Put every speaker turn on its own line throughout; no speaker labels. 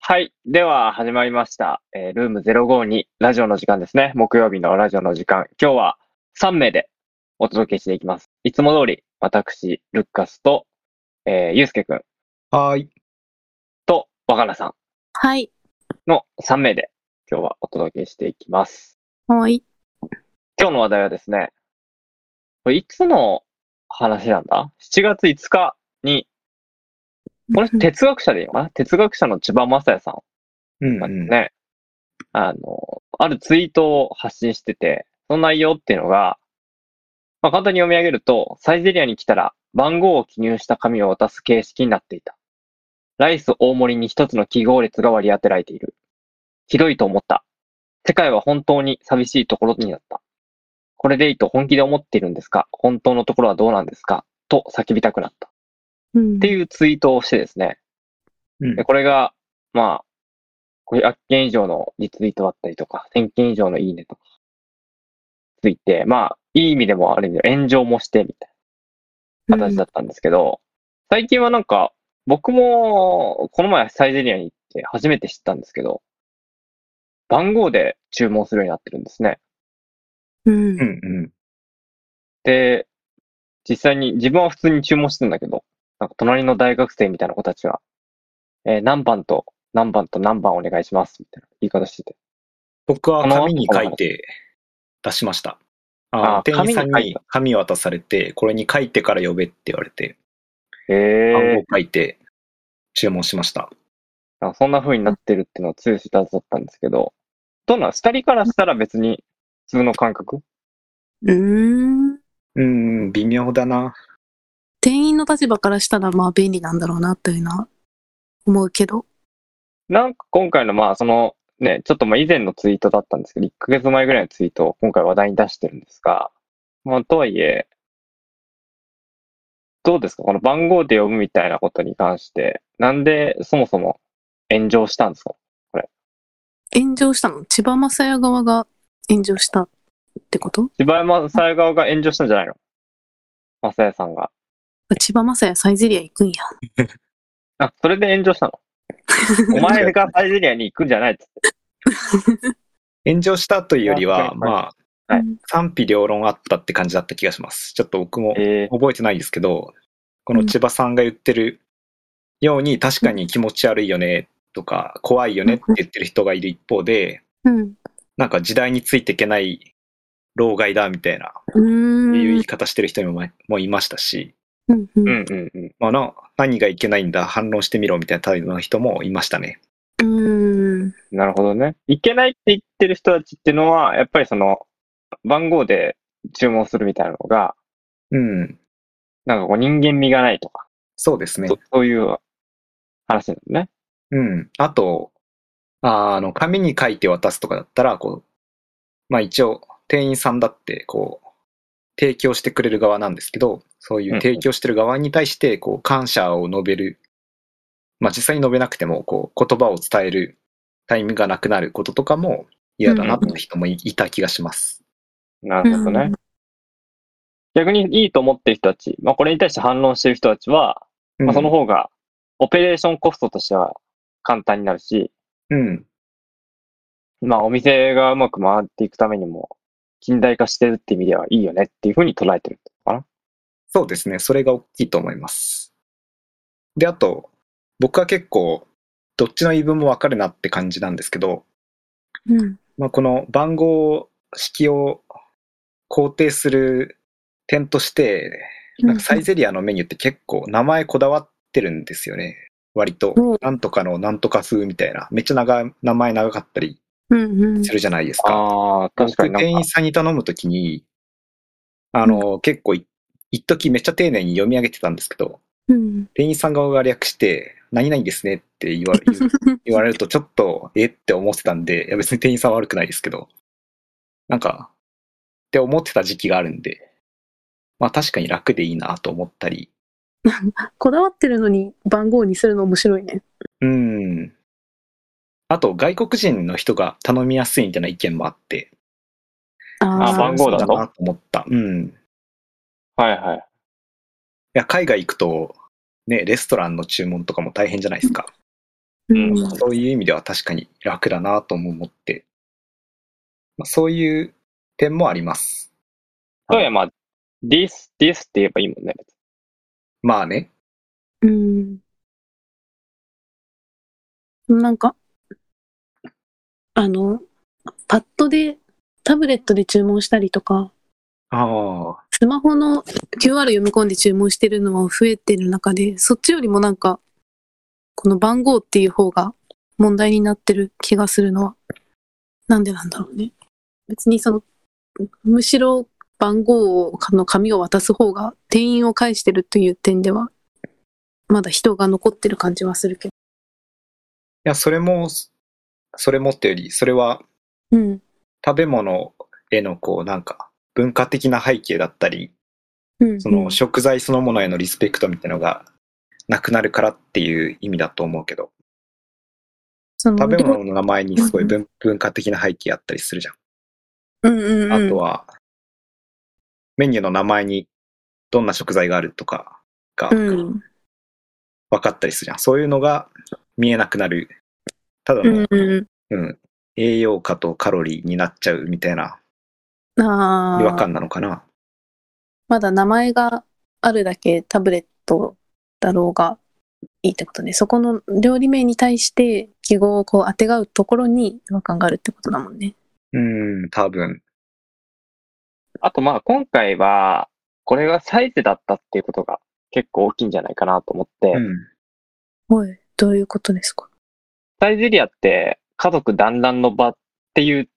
はい。では、始まりました。えー、ルーム052、ラジオの時間ですね。木曜日のラジオの時間。今日は3名でお届けしていきます。いつも通り、私、ルッカスと、えー、ゆうすけくん。
はい。
と、若菜さん。
はい。
の3名で、今日はお届けしていきます。
はい。
今日の話題はですね、これいつの話なんだ ?7 月5日に、これ哲学者でいいのかな哲学者の千葉雅也さんがね、うんうん、あの、あるツイートを発信してて、その内容っていうのが、まあ、簡単に読み上げると、サイゼリアに来たら番号を記入した紙を渡す形式になっていた。ライス大盛りに一つの記号列が割り当てられている。ひどいと思った。世界は本当に寂しいところになった。これでいいと本気で思っているんですか本当のところはどうなんですかと叫びたくなった。うん、っていうツイートをしてですね。うん、でこれが、まあ、500件以上のリツイートだったりとか、1000件以上のいいねとか、ついて、まあ、いい意味でもある意味で炎上もして、みたいな形だったんですけど、うん、最近はなんか、僕も、この前サイゼリアに行って初めて知ったんですけど、番号で注文するようになってるんですね。
うん。
で、実際に自分は普通に注文してたんだけど、なんか隣の大学生みたいな子たちは、えー、何番と何番と何番お願いします、みたいな言い方してて。
僕は紙に書いて出しました。ああ、店員さんに紙渡されて、これに書いてから呼べって言われて、
え
ー、番号書いて注文しました。
そんな風になってるっていうのは強い知らずだったんですけど、どんな、二人からしたら別に普通の感覚
うーん。
うん、微妙だな。。
店員の立場からしたらまあ便利なんだろうなというのは思うけど。
なんか今回のまあそのね、ちょっとまあ以前のツイートだったんですけど、1ヶ月前ぐらいのツイートを今回話題に出してるんですが、まあとはいえ、どうですかこの番号で読むみたいなことに関して、なんでそもそも炎上したんですかこれ。
炎上したの千葉雅也側が炎上したってこと
千葉雅也側が炎上したんじゃないの雅也さんが。
千葉雅也サイゼリア行くんや。
あ、それで炎上したのお前がサイゼリアに行くんじゃないっつって
炎上したというよりは、まあ、はい、賛否両論あったって感じだった気がします。ちょっと僕も覚えてないですけど、えー、この千葉さんが言ってるように、確かに気持ち悪いよねとか、怖いよねって言ってる人がいる一方で、
うん、
なんか時代についていけない老害だみたいな、いう言い方してる人もいましたし、
うんうん
うん
まあの、何がいけないんだ、反論してみろみたいな態度の人もいましたね。
うん。
なるほどね。いけないって言ってる人たちっていうのは、やっぱりその、番号で注文するみたいなのが、
うん。
なんかこう人間味がないとか。
そうですね。
そういう話なのね。
うん。あと、あの、紙に書いて渡すとかだったら、こう、まあ一応、店員さんだって、こう、提供してくれる側なんですけど、そういう提供してる側に対して、こう、感謝を述べる。まあ、実際に述べなくても、こう、言葉を伝えるタイミングがなくなることとかも嫌だなって人もいた気がします。
なるほどね。逆にいいと思ってる人たち、まあ、これに対して反論してる人たちは、まあ、その方が、オペレーションコストとしては簡単になるし、
うん。
まあ、お店がうまく回っていくためにも、近代化してるって意味ではいいよねっていうふうに捉えてるかな
そうですね。それが大きいと思います。で、あと、僕は結構、どっちの言い分もわかるなって感じなんですけど、
うん
まあ、この番号式を肯定する点として、なんかサイゼリアのメニューって結構名前こだわってるんですよね。割と、なんとかのなんとか風みたいな、めっちゃ長名前長かったりするじゃないですか。
うんうん、あ確かに
店員さんに頼むときに、あの、うん、結構い、一時めっちゃ丁寧に読み上げてたんですけど、
うん、
店員さん側が略して、何々ですねって言われ言われると、ちょっと、えって思ってたんで、いや別に店員さんは悪くないですけど、なんか、って思ってた時期があるんで、まあ確かに楽でいいなと思ったり。
こだわってるのに番号にするの面白いね。
うん。あと、外国人の人が頼みやすいみたいな意見もあって。
ああ、番号だ
なと思った。うん。
はいはい。い
や、海外行くと、ね、レストランの注文とかも大変じゃないですか。
ん
うん
そういう意味では確かに楽だなとも思って、まあ、そういう点もあります。
そういえば、まあ、this, this って言えばいいもんね。
まあね、
うん。なんか、あの、パッドで、タブレットで注文したりとか、
ああ、
スマホの QR 読み込んで注文してるのも増えてる中で、そっちよりもなんか、この番号っていう方が問題になってる気がするのは、なんでなんだろうね。別にその、むしろ番号を、の紙を渡す方が店員を介してるという点では、まだ人が残ってる感じはするけ
いや、それも、それもってより、それは
ど。うん。
食べ物へのこう、なんか、文化的な背景だったり、
うん。
そ
うん
の食材そのものへのリスペクトみたいなのがなくなるからっていう意味だと思うけど、
その
食べ
で
物の名前にすごい文文化的な背景あったりするじゃん。
うんうんうん、
あとは、メニューの名前にどんな食材があるとかが
うん。
分かったりするじゃん。そういうのが見えなくなる。ただ
う
の
ん、う。
うん、栄養価とカロリーになっちゃうみたいなん
あ
違和
あ。
感なのかな。
まだ名前があるだけタブレットだろうがいいってことね。そこの料理名に対して記号をこう当てがうところに違和感があるってことだもんね。
うん、多分。
あとまあ今回は、これがサイズだったっていうことが結構大きいんじゃないかなと思って、
うん。
おい、どういうことですか
サイゼリアって家族団らんの場っていう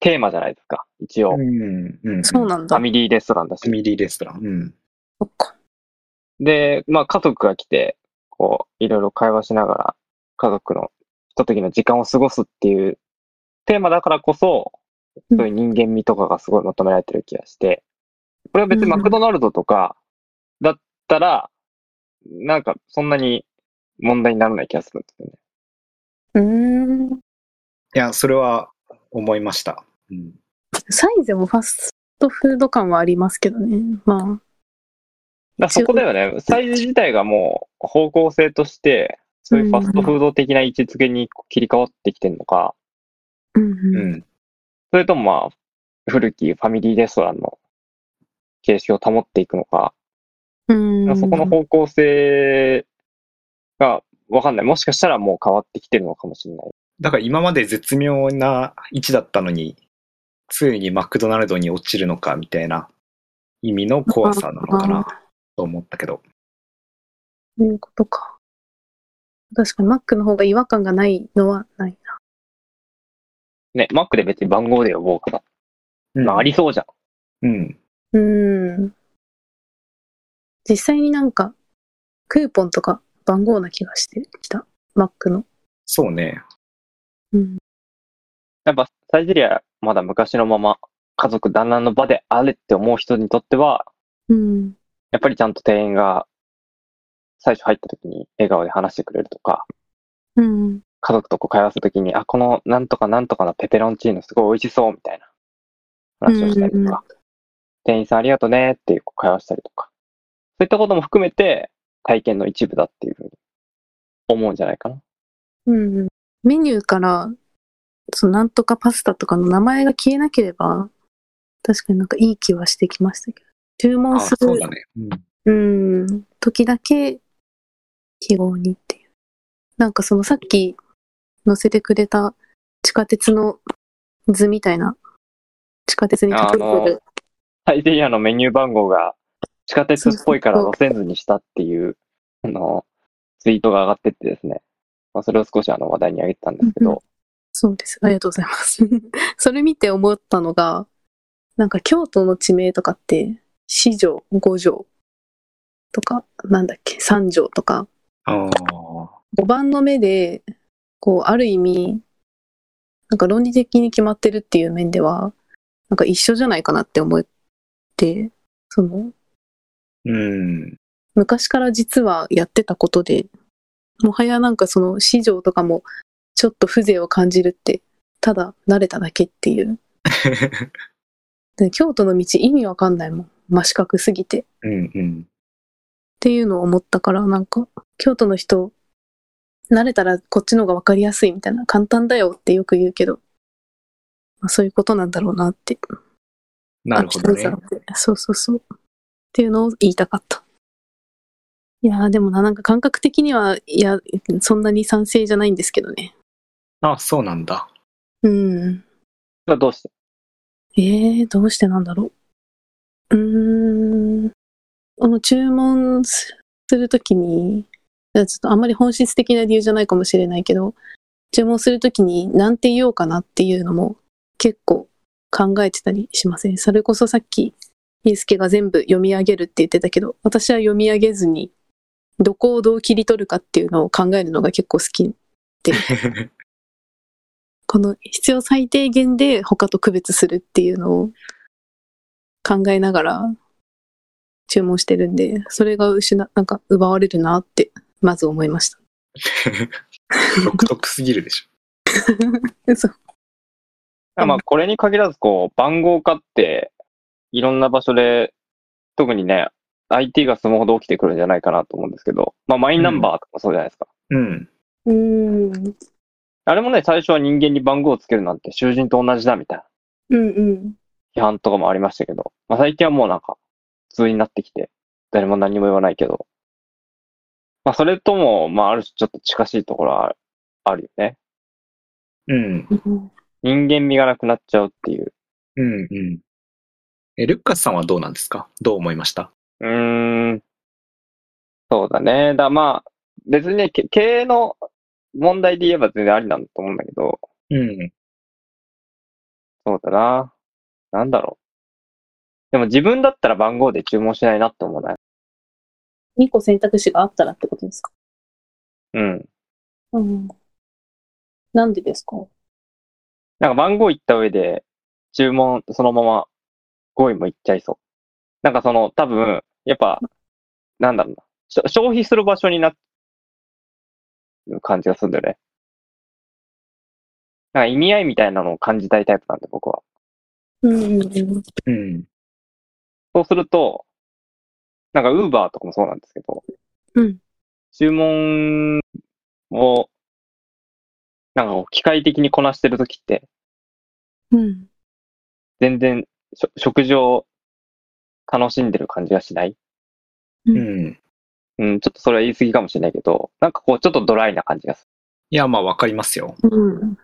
テーマじゃないですか、一応。
うん。うん。
そう
フ
なん
ファ
だ。
ミリーレストランだし
ァ。ミリーレストラン。うん。
そっか。
で、まあ家族が来て、こう、いろいろ会話しながら、家族のひとときの時間を過ごすっていうテーマだからこそ、
うん
そういう人間味とかがすごい求められてる気がして、これは別に
うんうん
マクドナルドとかだったら、なんかそんなに問題にならない気がするんですよね。
うーん。
いや、それは思いました。うん。
サイズもファストフード感はありますけどね。ま
だから
あ。
そこだよね、サイズ自体がもう方向性として、そういうファストフード的な位置づけに切り替わってきてるのか、
うん
う
うん。
ん。
それともまあ、古きファミリーレストランの形式を保っていくのか、
うん。
そこの方向性がわかんない。もしかしたらもう変わってきてるのかもしれない。
だから今まで絶妙な位置だったのに、ついにマクドナルドに落ちるのかみたいな意味の怖さなのかなと思ったけど。
ということか。確かにマックの方が違和感がないのはないな。
ね、マックで別に番号で呼ぼうか
うん
な。まあ、ありそうじゃん。
うん。
うーん。実際になんか、クーポンとか番号な気がしてきた。マックの。
そうね。
うん。
やっぱ、サイゼリア、まだ昔のまま、家族団らんの場であれって思う人にとっては、
うん。
やっぱりちゃんと店員が、最初入った時に笑顔で話してくれるとか、
うん。
家族とこう会話する時に、あ、このなんとかなんとかのペペロンチーノすごい美味しそうみたいな話をしたり
うん
と
うんうん
か、店員さんありがとうねっていうこう会話したりとか、そういったことも含めて体験の一部だっていうふうに思うんじゃないかな。
うん。メニューから、そのなんとかパスタとかの名前が消えなければ、確かになんかいい気はしてきましたけど。注
あ
文す
そう
る、
だね。うん
うん、時だけ、記号にっていう。なんかそのさっき載せてくれた地下鉄の図みたいな、地下鉄に例えて
あの
る
サイゼリアのメニュー番号が地下鉄っぽいから路線図にしたっていう、あの、ツイートが上がってってですね、まあ、それを少しあの話題に上げてたんですけ
うんう
ど、
そうです。ありがとうございます。 それ見て思ったのが、なんか京都の地名とかって、四条、五条とか、なんだっけ、三条とか、
あ
五番の目で、こう、ある意味、なんか論理的に決まってるっていう面では、なんか一緒じゃないかなって思って、その、
ーうん。
昔から実はやってたことで、もはやなんかその市場とかもちょっと風情を感じるって、ただ慣れただけっていう。で京都の道意味わかんないもん。真四角すぎて。っ
うんうん。
ていうのを思ったから、なんか、京都の人、慣れたらこっちの方が分かりやすいみたいな、簡単だよってよく言うけど、まあ、そういうことなんだろうなって。
なるほどね
あ北。口さんってそうそうそう。っていうのを言いたかった。いやーでもな、なんか感覚的には、いや、そんなに賛成じゃないんですけどね。
あ、そうなんだ。
う
そ
ん。
れはどうして
ええどうしてなんだろう。うーん。この注文するときに、ちょっとあんまり本質的な理由じゃないかもしれないけど、注文するときに何て言おうかなっていうのも結構考えてたりしません。それこそさっき、イースケが全部読み上げるって言ってたけど、私は読み上げずに、どこをどう切り取るかっていうのを考えるのが結構好きこの必要最低限で他と区別するっていうのを考えながら注文してるんで、それが失、なんか奪われるなって、まず思いました。
独特すぎるでしょ。
そう
まあまあ、これに限らず、こう、番号化って、いろんな場所で、特にね、IT がスマホで起きてくるんじゃないかなと思うんですけど、まあ、マイナンバーとかそうじゃないですか。
うん。
うん。うん
あれもね、最初は人間に番号をつけるなんて、囚人と同じだみたい
うん。
な批判とかもありましたけど、まあ、最近はもうなんか、普通になってきて、誰も何も言わないけど、まあ、それとも、まあ、ある種ちょっと近しいところはあるよね。
うん。
人間味がなくなっちゃうっていう。
うん。うん。え、ルッカスさんはどうなんですかどう思いました
うーん。そうだね。だまあ、別にね、け経営の問題で言えば全然ありなんだと思うんだけど、
うん。
そうだな。なんだろう。でも自分だったら番号で注文しないなって思うな。
2個選択肢があったらってことですか
うん。
うん。なんでですか
なんか番号言った上で、注文そのまま5位もいっちゃいそう。なんかその、多分、やっぱ、なんだろうな。しょ消費する場所になる感じがするんだよね。なんか意味合いみたいなのを感じたいタイプなんで、僕は。
うんうんうん。
うん。
そうすると、なんか、ウーバーとかもそうなんですけど、
うん
注文を、なんかこう、機械的にこなしてるときって、
うん。
全然しょ、食事を楽しんでる感じがしない。
うん。
うん、ちょっとそれは言い過ぎかもしれないけど、なんかこう、ちょっとドライな感じがす
いや、まあわかりますよ。
うん。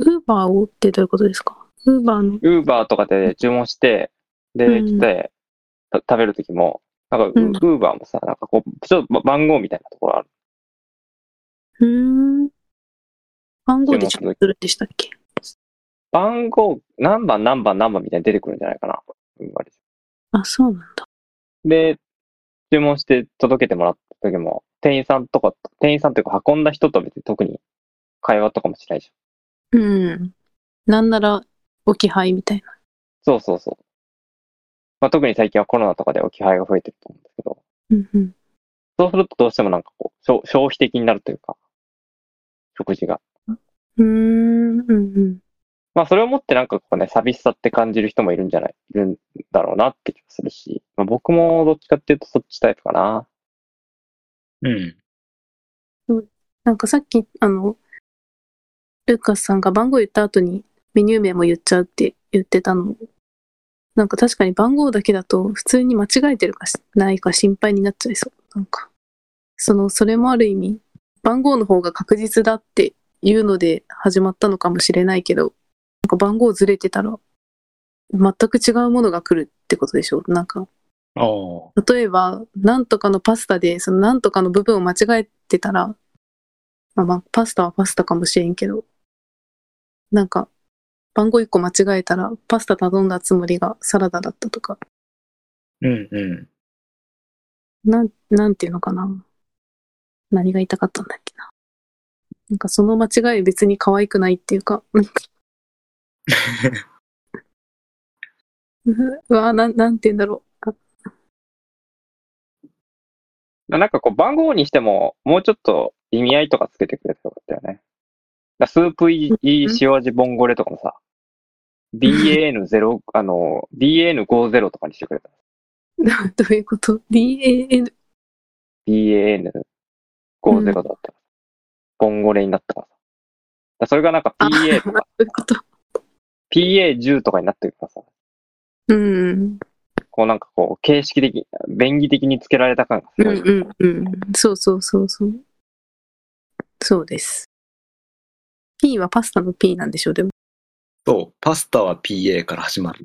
ウーバーをってどういうことですかウーバーの。
る。ウーバーとかで注文して、で、
うん
来て、た食べるときも、なんかウ、
うん
ウーバーもさ、なんかこう、ちょっとば番号みたいなところある。
うーん。番号で注文するんでしたっけ
番号、何番何番何番みたいに出てくるんじゃないかな。うんあれ
あ、そうなんだ。
で、注文して届けてもらった時も、店員さんとか、店員さんというか運んだ人と別に特に会話とかもしないじ
うん。なんなら、置き配みたいな。
ゃん。そうそうそう。まあ、特に最近はコロナとかで置き配が増えてると思うんですけど、
うんうん。
そうするとどうしてもなんかこう、消消費的になるというか、食事が。
うーん、うんうん。
まあそれをもってなんかこうね、寂しさって感じる人もいるんじゃない、いるんだろうなって気がするし、まあ僕もどっちかっていうとそっちタイプかな。
うん。
なんかさっき、あの、ルーカスさんが番号言った後にメニュー名も言っちゃうって言ってたの。なんか確かに番号だけだと普通に間違えてるかしないか心配になっちゃいそう。なんか、その、それもある意味、番号の方が確実だっていうので始まったのかもしれないけど、なんか番号ずれてたら、全く違うものが来るってことでしょなんか、
ああ。
例えば、なんとかのパスタで、そのなんとかの部分を間違えてたら、まあまあ、パスタはパスタかもしれんけど、なんか、番号一個間違えたら、パスタ頼んだつもりがサラダだったとか、
うんうん。
なん、なんていうのかな。何が言いたかったんだっけな。なんかその間違い別に可愛くないっていうか、 なんかうわ、なん、なんて言うんだろう。あ
なんかこう番号にしても、もうちょっと意味合いとかつけてくれたらよかったよね。だスープいい塩味ボンゴレとかもさ、BAN0、あの、BAN50 とかにしてくれたら。
などう いうこと ?DAN。
BAN50 だったら。ゴンゴレになったからさ。だからそれがなんか PA と
そう
か、
いうこと。
PA10 とかになってるからさ、
うん。
こうなんかこう、形式的、便宜的につけられた感がす
うん
ごい。
うんうん。そうそうそうそう。そうです。P はパスタの P なんでしょう、でも。
そう、パスタは PA から始まる。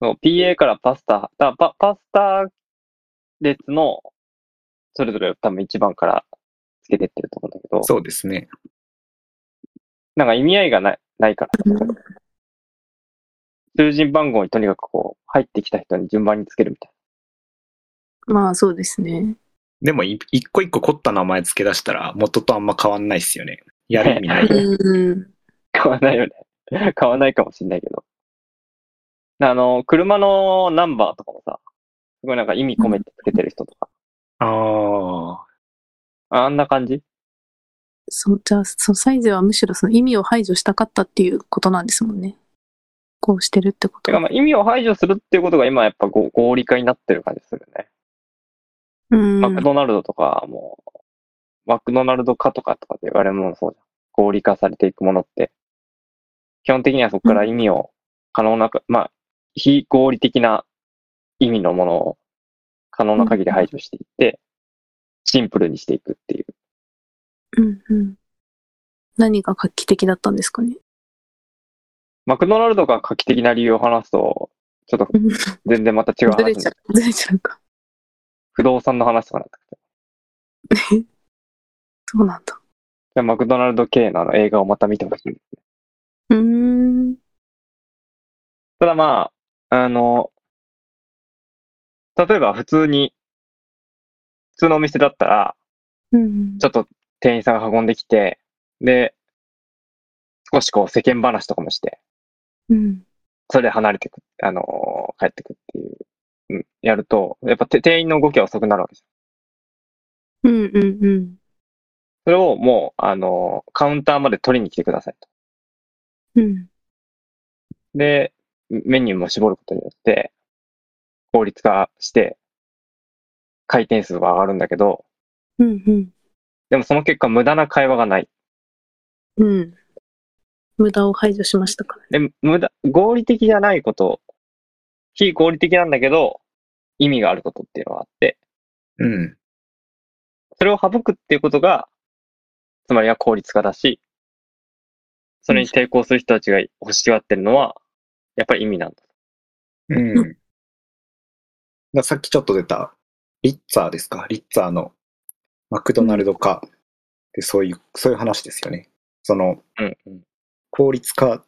そう PA からパスタ、だパパスタ列の、それぞれ多分一番からつけてってると思うんだけど、
そうですね。
なんか意味合いがないないから、
うん
数字番号にとにかくこう、入ってきた人に順番につけるみたい
まあそうですね。
でも、い一個一個凝った名前付け出したら、元とあんま変わんないっすよね。やる意味ない。
うん。
な。 買わないよね。 買わないかもしんないけど。あの、車のナンバーとかもさ、すごいなんか意味込めてつけてる人とか、
ああ、
あんな感じ
そう、じゃあ、そのサイズはむしろその意味を排除したかったっていうことなんですもんね。こうしてるってこと
てか
は。
まあ意味を排除するっていうことが今やっぱご合理化になってる感じするよね。
うん。
マクドナルドとかも、マクドナルド化とかとかって言われるものもそうじゃん。合理化されていくものって。基本的にはそこから意味を可能なか、まあ、非合理的な意味のものを可能な限り排除していって、シンプルにしていくっていう。
うんうん。何が画期的だったんですかね。
マクドナルドが画期的な理由を話すと、ちょっと
うん
全然また違う
ずれ
話に
ち
な
ゃ
る。
う、ずれちゃうか。
不動産の話とかになったけど
そうなんだ。
じゃあマクドナルド系のあの映画をまた見てほしい。
うーん。
ただまあ、あの、例えば普通に、普通のお店だったら、
うん。
ちょっと店員さんが運んできて、で、少しこう世間話とかもして、
うん。
それで離れてく、あの帰ってくっていう、うん、やると、やっぱて店員の動きは遅くなるわけですよ。
うんうんうん。
それをもう、あのカウンターまで取りに来てくださいと。
うん。
で、メニューも絞ることによって、効率化して、回転数は上がるんだけど、
うんうん。
でもその結果無駄な会話がない。
うん。無駄を排除しましたから。
で、無駄、合理的じゃないこと、非合理的なんだけど、意味があることっていうのがあって、
うん。
それを省くっていうことが、つまりは効率化だし、それに抵抗する人たちが欲しがってるのは、やっぱり意味なんだ。
うん。だからさっきちょっと出た、リッツァーですか。リッツァーのマクドナルド化でそういう、そういう話ですよね。その、
うん、うん。
効率化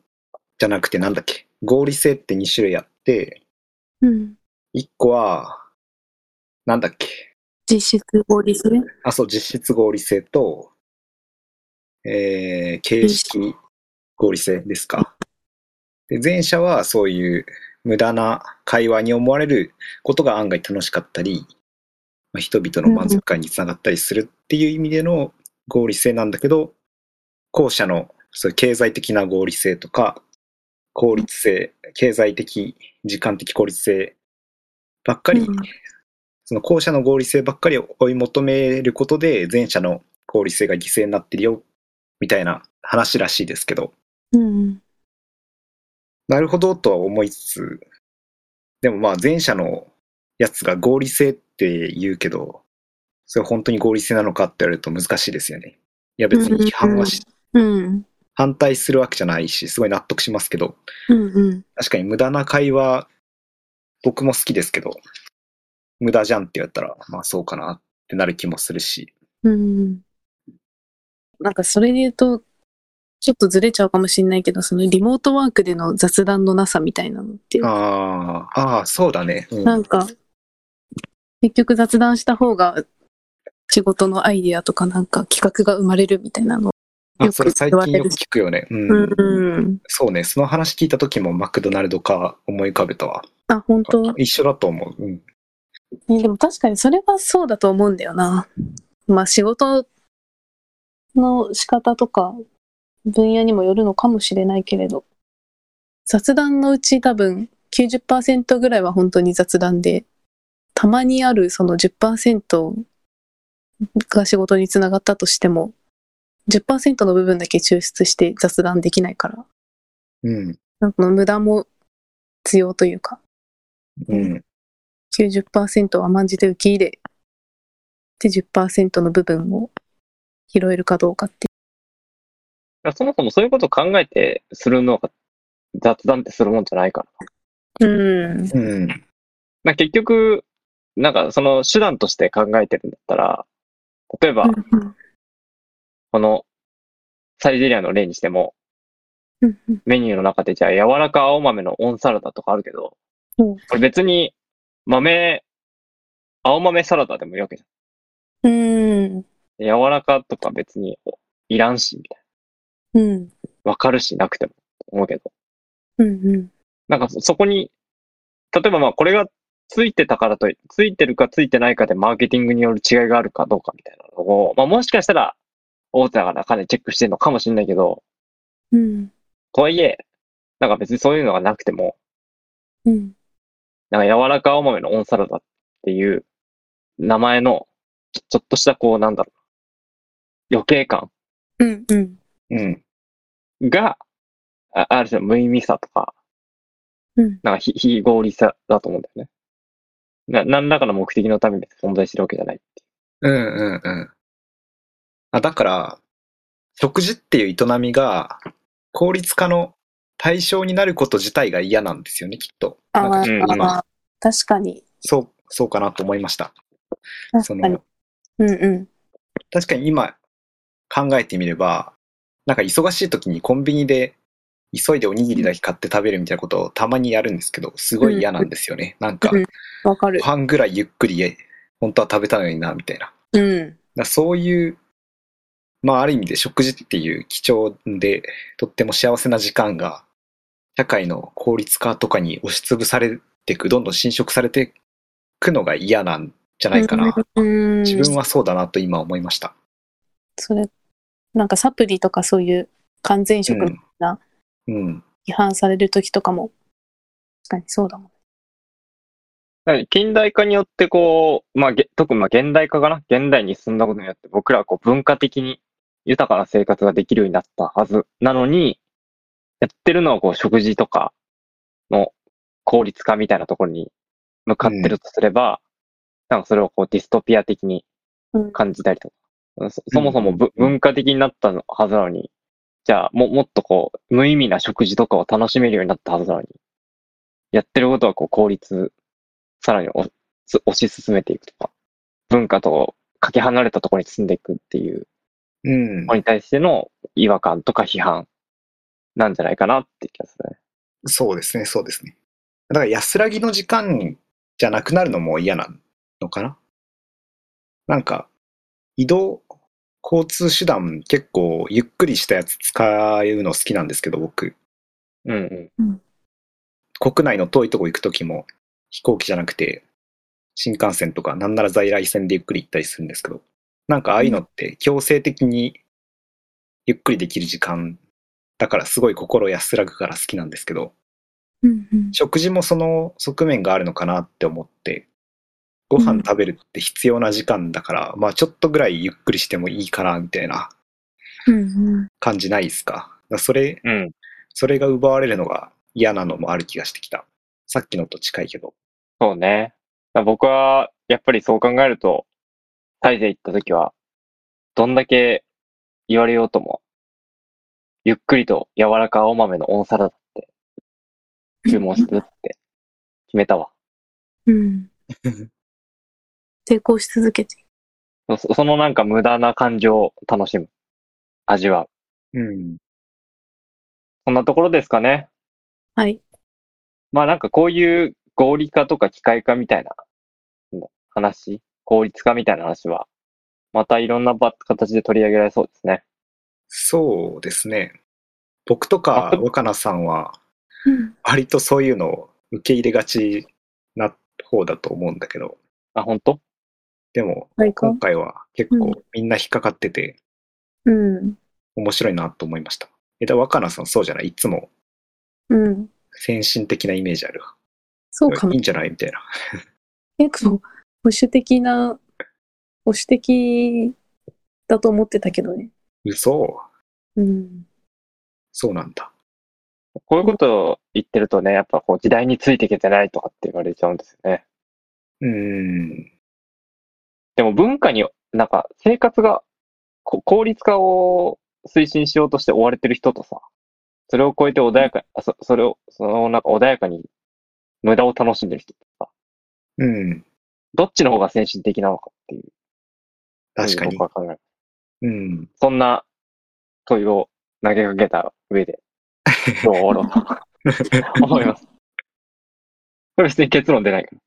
じゃなくてなんだっけ。合理性って2種類あって、
うん。
1個は、なんだっけ。
実質合理性
あ、そう、実質合理性と、えー、形式合理性ですか。で、前者はそういう無駄な会話に思われることが案外楽しかったり、まあ、人々の満足感につながったりするっていう意味での合理性なんだけど、後者のそういう経済的な合理性とか、効率性、経済的、時間的効率性ばっかり
うん
その後者の合理性ばっかりを追い求めることで前者の合理性が犠牲になってるよみたいな話らしいですけど
うん。
なるほどとは思いつつでもまあ前者のやつが合理性って言うけどそれ本当に合理性なのかって言われると難しいですよねいや別に批判はし、
うん。
反対するわけじゃないしすごい納得しますけど
うんうん。
確かに無駄な会話僕も好きですけど無駄じゃんって言われたらまあそうかなってなる気もするし
うん。なんかそれで言うと、ちょっとずれちゃうかもしれないけど、そのリモートワークでの雑談のなさみたいなのっていうか
あーあー、そうだね。うん
なんか、結局雑談した方が仕事のアイディアとかなんか企画が生まれるみたいなの。
あ
よく
それ最
言わ
近
れ
よ
る
く聞くよね。うん。
うん。
そうね、その話聞いた時もマクドナルドか思い浮かべたわ。
あ、本当、ね、
一緒だと思う。うん。
でも確かにそれはそうだと思うんだよな。まあ仕事の仕方とか分野にもよるのかもしれないけれど、雑談のうち多分90%ぐらいは本当に雑談で、たまにあるその10%が仕事につながったとしても、 10%の部分だけ抽出して雑談できないから、
うん。
なんかの無駄も必要というか、
うん。
90%は甘んじて受け入れ、で、10%の部分を拾えるかどうかって。
やそもそもそういうことを考えてするのが雑談ってするもんじゃないから。
うん。
うん。
まあ、結局、なんかその手段として考えてるんだったら、例えば、
うん
このサイゼリアの例にしても、
うんうん
メニューの中でじゃあ柔らか青豆のオンサラダとかあるけど、
うん
これ別に豆、青豆サラダでもいいわけじ
うん。
ゃん。柔らかとか別にいらんし、みたい
うん。
な。わかるしなくても思うけど。
うん。
なんかそそこに、例えばまあこれがついてたからとい、ついてるかついてないかでマーケティングによる違いがあるかどうかみたいなのを、まあもしかしたら大手だからかなりチェックしてるのかもしれないけど、
うん。
とはいえ、なんか別にそういうのがなくても、
うん。
なんか柔らか青豆のオンサラダっていう名前のちょちょっとしたこうなんだろう、余計感
うん。うん。
うん。
が、あある種の無意味さとか、
うん
なんか非非合理さだと思うんだよね。な、何らかの目的のために存在してるわけじゃないってい
うんうんうん。あ、だから、食事っていう営みが効率化の対象になること自体が嫌なんですよね、きっと。な
あ
ん
あ
う
か
ん
今、
確かに。
そう、そうかなと思いました。そ
確かに
の。、
うんう
確かに今考えてみれば、なんか忙しい時にコンビニで急いでおにぎりだけ買って食べるみたいなことをたまにやるんですけど、すごい嫌なんですよね。なんか、
うんん。わか
ご
る。
飯ぐらいゆっくり、本当は食べたのにな、みたいな。
う
だ
ん。
からそういう、まあある意味で食事っていう貴重で、とっても幸せな時間が、社会の効率化とかに押しつぶされていく、どんどん侵食されていくのが嫌なんじゃないかな。
うん。
自分はそうだなと今思いました。
それ、なんかサプリとかそういう完全食のな
うん。うん。
批判される時とかも、確かにそうだもん。
う。はい近代化によってこう、まあ、げ特にまあ現代化かな現代に進んだことによって僕らはこう文化的に豊かな生活ができるようになったはずなのに、やってるのはこう食事とかの効率化みたいなところに向かってるとすれば、なんかそれをこうディストピア的に
うん
感じたりとか、そそもそもぶ文化的になったはずなのに、じゃあももっとこう、無意味な食事とかを楽しめるようになったはずなのに、やってることはこう効率、さらにおす推し進めていくとか、文化とかけ離れたところに進んでいくっていう
うん
のに対しての違和感とか批判なんじゃないかなって気がするね。
そうですね、そうですね。だから安らぎの時間じゃなくなるのも嫌なのかななんか、移動、交通手段結構ゆっくりしたやつ使うの好きなんですけど、僕。
うんうん。
国内の遠いとこ行くときも飛行機じゃなくて新幹線とかなんなら在来線でゆっくり行ったりするんですけど、なんかああいうのって強制的にゆっくりできる時間だからすごい心安らぐから好きなんですけど、
うんうん
食事もその側面があるのかなって思って、ご飯食べるって必要な時間だから、まあちょっとぐらいゆっくりしてもいいかなみたいな
うん
感じないですか。だからそれ、
うん。
それが奪われるのが嫌なのもある気がしてきた。さっきのと近いけ ど。
そうね。だから僕は、やっぱりそう考えると、タイで行った時は、どんだけ言われようとも、ゆっくりと柔らか青豆のオンサラダって、注文するって決めたわ。
うん。抵抗し続けて。
そそのなんか無駄な感情を楽しむ。味わう。
うん。
そんなところですかね。
はい。
まあなんかこういう合理化とか機械化みたいなうん話、効率化みたいな話は、またいろんなば形で取り上げられそうですね。
そうですね。僕とか
あ
若菜さんは
うん
割とそういうのを受け入れがちな方だと思うんだけど、
あ、本当？
でも
はいか
今回は結
う
構
ん
みんな引っかかってて、
うん。
面白いなと思いました。えだ若菜さんそうじゃないいつも
うん。
先進的なイメージあるわ。
そうかも
いいんじゃないみたいな。
結構保守的な、保守的だと思ってたけどね。
嘘。
うん。
そうなんだ。
こういうことを言ってるとね、やっぱこう時代についていけてないとかって言われちゃうんですよね。
うーん。
でも文化に、なんか生活がこ効率化を推進しようとして追われてる人とさ、それを超えて穏やかに、あそそれを、そのなんか穏やかに無駄を楽しんでる人とさ、
うん。
どっちの方が先進的なのかっていう。
確かに
僕。は考える。
うん。
そんな問いを投げかけた上で、どう終わろうと思い ます。 これ別に結論出ないから。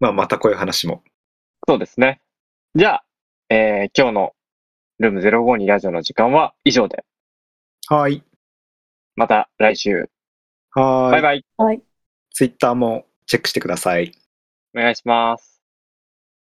まあ、またこういう話も。
そうですね。じゃあ、えー今日のルーム052ラジオの時間は以上で、
はい。
また来週。
はーい。
バイバイ。
ツイッターもチェックしてください。
お願いします。